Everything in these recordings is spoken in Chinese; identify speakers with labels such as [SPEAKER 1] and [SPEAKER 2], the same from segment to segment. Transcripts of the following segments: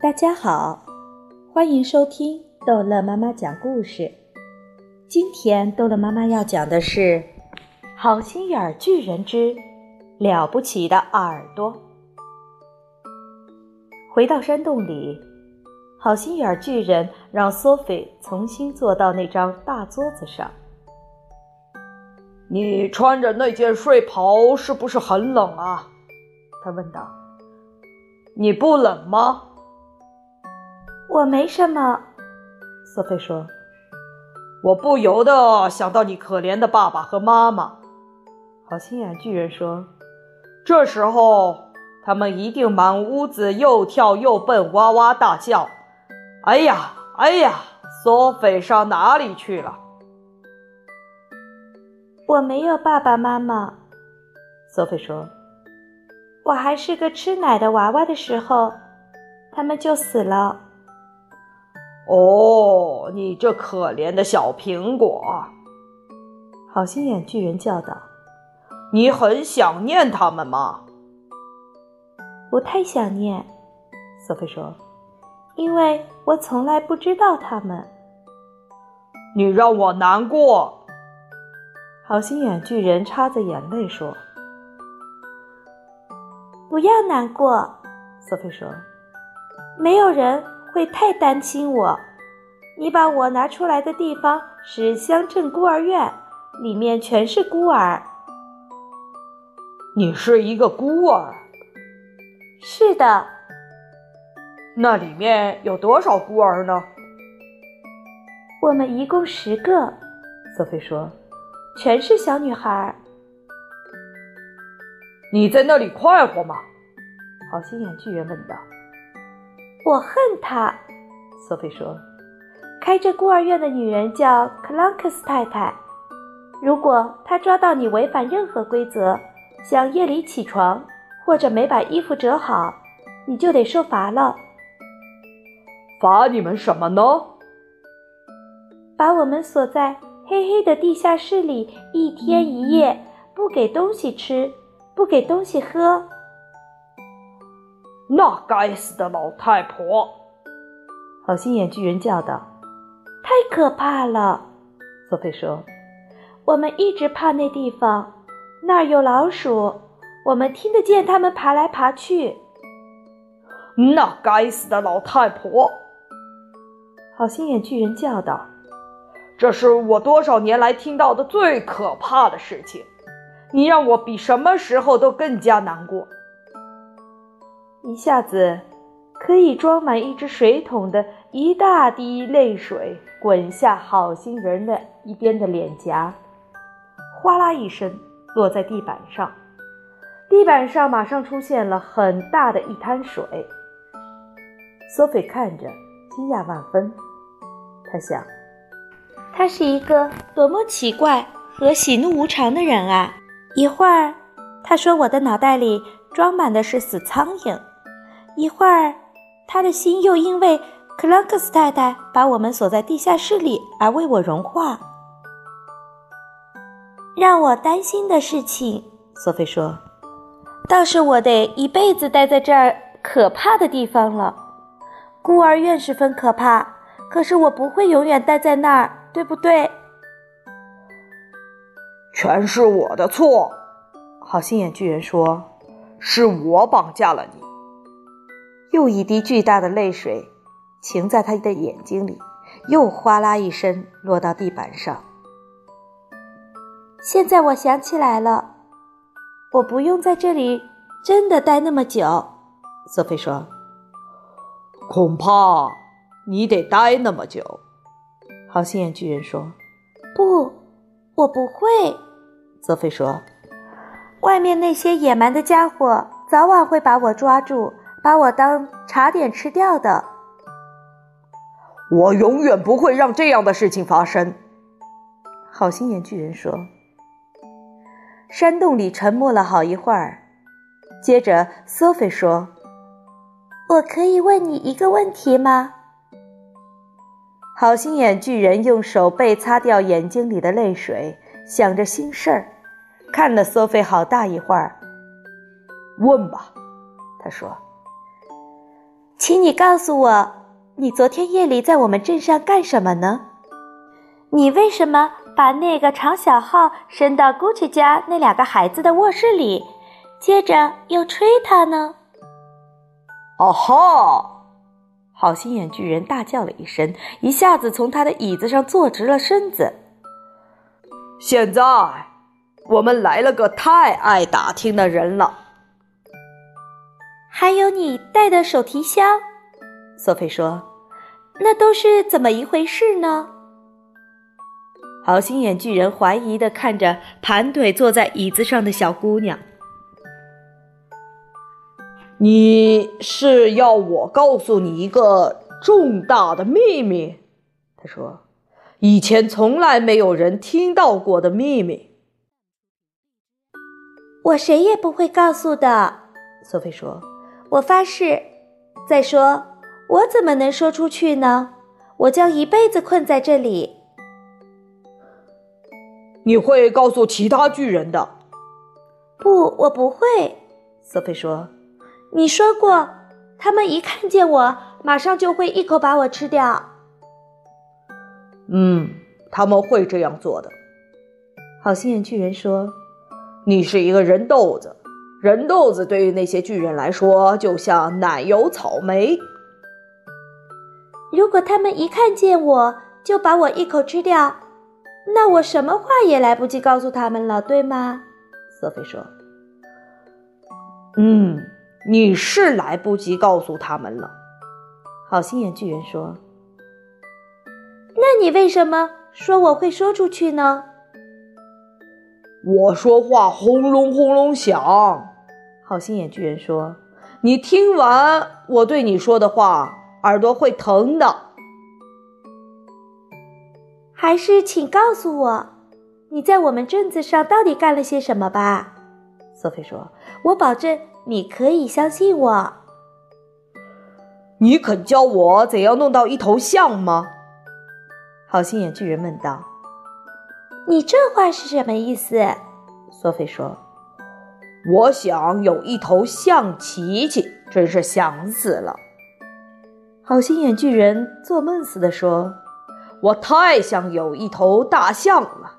[SPEAKER 1] 大家好，欢迎收听逗乐妈妈讲故事。今天逗乐妈妈要讲的是《好心眼儿巨人之了不起的耳朵》。回到山洞里，好心眼儿巨人让索菲重新坐到那张大桌子上。
[SPEAKER 2] 你穿着那件睡袍是不是很冷啊？他问道。你不冷吗？
[SPEAKER 1] 我没什么，索菲说。
[SPEAKER 2] 我不由得想到你可怜的爸爸和妈妈。好心眼巨人说：“这时候他们一定满屋子又跳又蹦，哇哇大叫。哎呀，哎呀，索菲上哪里去了？
[SPEAKER 1] 我没有爸爸妈妈，索菲说。我还是个吃奶的娃娃的时候，他们就死了。
[SPEAKER 2] 哦，你这可怜的小苹果，
[SPEAKER 1] 好心眼巨人叫道
[SPEAKER 2] 你很想念他们吗？：“
[SPEAKER 1] 不太想念。”索菲说：“因为我从来不知道他们。
[SPEAKER 2] 你让我难过。”
[SPEAKER 1] 好心眼巨人擦着眼泪说：“不要难过。”索菲说：“没有人会太担心我。你把我拿出来的地方是乡镇孤儿院，里面全是孤儿。
[SPEAKER 2] 你是一个孤儿，
[SPEAKER 1] 是的，
[SPEAKER 2] 那里面有多少孤儿呢？
[SPEAKER 1] 我们一共十个。”索菲说：“全是小女孩儿。
[SPEAKER 2] 你在那里快活吗？
[SPEAKER 1] 好心眼巨人问道。我恨她，索菲说。开着孤儿院的女人叫克朗克斯太太。如果她抓到你违反任何规则，像夜里起床或者没把衣服折好，你就得受罚了，
[SPEAKER 2] 罚你们什么呢？
[SPEAKER 1] 把我们锁在黑黑的地下室里一天一夜，不给东西吃，不给东西喝。
[SPEAKER 2] 那该死的老太婆！
[SPEAKER 1] 好心眼巨人叫道：“太可怕了！”索菲说：“我们一直怕那地方，那儿有老鼠，我们听得见它们爬来爬去。
[SPEAKER 2] 那该死的老太婆！”
[SPEAKER 1] 好心眼巨人叫道
[SPEAKER 2] 这是我多少年来听到的最可怕的事情。你让我比什么时候都更加难过。：“
[SPEAKER 1] 一下子，可以装满一只水桶的一大滴泪水滚下好心人的一边的脸颊，哗啦一声落在地板上，地板上马上出现了很大的一滩水。索菲看着，惊讶万分。她想，他是一个多么奇怪和喜怒无常的人啊！一会儿，他说我的脑袋里装满的是死苍蝇；一会儿，他的心又因为克朗克斯太太把我们锁在地下室里而为我融化。让我担心的事情，索菲说，倒是我得一辈子待在这儿可怕的地方了。孤儿院十分可怕，可是我不会永远待在那儿，对不对？
[SPEAKER 2] 全是我的错，
[SPEAKER 1] 好心眼巨人说。
[SPEAKER 2] 是我绑架了你。
[SPEAKER 1] 又一滴巨大的泪水停在他的眼睛里，又哗啦一声落到地板上。现在我想起来了，我不用在这里真的待那么久。索菲说
[SPEAKER 2] 恐怕你得待那么久。：“
[SPEAKER 1] 好心眼巨人说，不，我不会。”
[SPEAKER 2] 泽菲说
[SPEAKER 1] 外面那些野蛮的家伙早晚会把我抓住，把我当茶点吃掉的。：“
[SPEAKER 2] 我永远不会让这样的事情发生。
[SPEAKER 1] 好心眼巨人说。山洞里沉默了好一会儿，接着索菲说：“我可以问你一个问题吗？”好心眼巨人用手背擦掉眼睛里的泪水，想着心事儿，看了索菲好大一会儿，
[SPEAKER 2] 问吧，
[SPEAKER 1] 他说：“请
[SPEAKER 3] 请你告诉我，你昨天夜里在我们镇上干什么呢？
[SPEAKER 4] 你为什么把那个常小号伸到 Gucci 家那两个孩子的卧室里，接着又吹他呢？
[SPEAKER 5] 哦吼！好心眼巨人大叫了一声，一下子从他的椅子上坐直了身子。
[SPEAKER 1] 现在我们来了个太爱打听的人了。
[SPEAKER 4] 还有你带的手提箱，
[SPEAKER 5] 索菲说：“
[SPEAKER 4] 那都是怎么一回事呢？”
[SPEAKER 5] 好心眼巨人怀疑的看着盘腿坐在椅子上的小姑娘。
[SPEAKER 1] 你是要我告诉你一个重大的秘密？他说：“以前从来没有人听到过的秘密。”
[SPEAKER 4] 我谁也不会告诉的，
[SPEAKER 5] 索菲说：“
[SPEAKER 4] 我发誓。再说，我怎么能说出去呢？我将一辈子困在这里。”
[SPEAKER 1] 你会告诉其他巨人的？
[SPEAKER 4] 不，我不会。
[SPEAKER 5] 索菲说。
[SPEAKER 4] 你说过，他们一看见我，马上就会一口把我吃掉。
[SPEAKER 1] 嗯，他们会这样做的。
[SPEAKER 5] 好心眼巨人说：“
[SPEAKER 1] 你是一个人豆子，人豆子对于那些巨人来说，就像奶油草莓。
[SPEAKER 4] 如果他们一看见我就把我一口吃掉，那我什么话也来不及告诉他们了，对吗？”
[SPEAKER 5] 索菲说：“
[SPEAKER 1] 嗯。”你是来不及告诉他们了，
[SPEAKER 5] 好心眼巨人说。
[SPEAKER 4] 那你为什么说我会说出去呢？
[SPEAKER 1] 我说话轰隆轰隆响，
[SPEAKER 5] 好心眼巨人说。
[SPEAKER 1] 你听完我对你说的话，耳朵会疼的。
[SPEAKER 4] 还是请告诉我，你在我们镇子上到底干了些什么吧？
[SPEAKER 5] 索菲说：“
[SPEAKER 4] 我保证。”你可以相信我。
[SPEAKER 1] 你肯教我怎样弄到一头象吗？
[SPEAKER 5] 好心眼巨人问道。
[SPEAKER 4] 你这话是什么意思？
[SPEAKER 5] 索菲说：“
[SPEAKER 1] 我想有一头象琪琪，真是想死了。”
[SPEAKER 5] 好心眼巨人做梦似的说：“
[SPEAKER 1] 我太想有一头大象了。”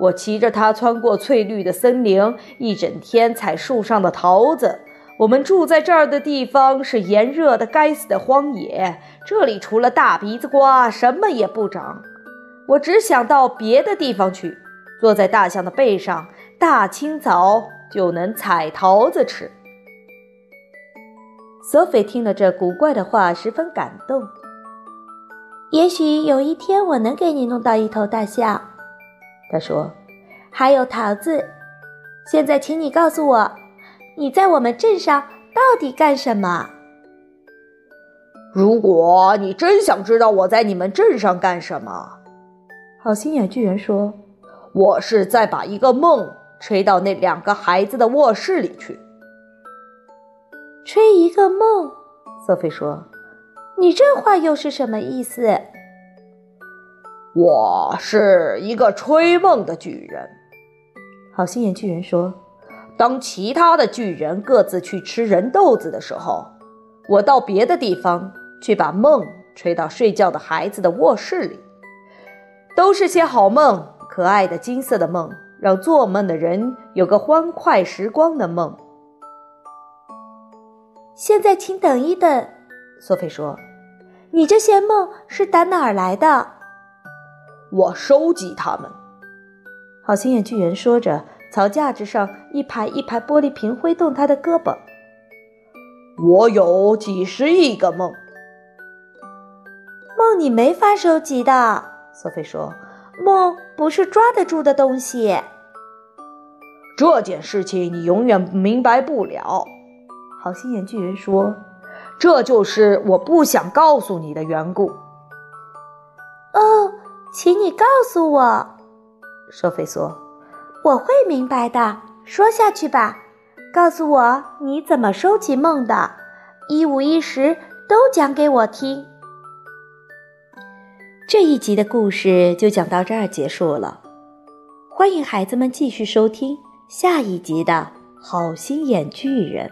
[SPEAKER 1] 我骑着它穿过翠绿的森林，一整天采树上的桃子。我们住在这儿的地方是炎热的、该死的荒野，这里除了大鼻子瓜，什么也不长。我只想到别的地方去，坐在大象的背上，大清早就能采桃子吃。
[SPEAKER 5] 索菲听了这古怪的话，十分感动。
[SPEAKER 4] 也许有一天，我能给你弄到一头大象。
[SPEAKER 5] 他说：“
[SPEAKER 4] 还有桃子，现在请你告诉我，你在我们镇上到底干什么？
[SPEAKER 1] 如果你真想知道我在你们镇上干什么，
[SPEAKER 5] 好心眼巨人说，
[SPEAKER 1] 我是在把一个梦吹到那两个孩子的卧室里去。
[SPEAKER 4] 吹一个梦，
[SPEAKER 5] 瑟菲说，
[SPEAKER 4] 你这话又是什么意思？”
[SPEAKER 1] 我是一个吹梦的巨人，
[SPEAKER 5] 好心眼巨人说：“
[SPEAKER 1] 当其他的巨人各自去吃人豆子的时候，我到别的地方去把梦吹到睡觉的孩子的卧室里。都是些好梦，可爱的金色的梦，让做梦的人有个欢快时光的梦。”
[SPEAKER 4] 现在，请等一等，
[SPEAKER 5] 索菲说：“
[SPEAKER 4] 你这些梦是打哪儿来的？”
[SPEAKER 1] 我收集它们，
[SPEAKER 5] 好心眼巨人说着，朝架子上一排一排玻璃瓶挥动他的胳膊。
[SPEAKER 1] 我有几十亿个梦，
[SPEAKER 4] 梦你没法收集的。
[SPEAKER 5] 索菲说：“
[SPEAKER 4] 梦不是抓得住的东西。”
[SPEAKER 1] 这件事情你永远明白不了。
[SPEAKER 5] 好心眼巨人说：“
[SPEAKER 1] 这就是我不想告诉你的缘故。”
[SPEAKER 4] 哦。请你告诉我，
[SPEAKER 5] 索菲说：“
[SPEAKER 4] 我会明白的。”说下去吧，告诉我你怎么收集梦的，一五一十都讲给我听。
[SPEAKER 3] 这一集的故事就讲到这儿结束了，欢迎孩子们继续收听下一集的《好心眼巨人》。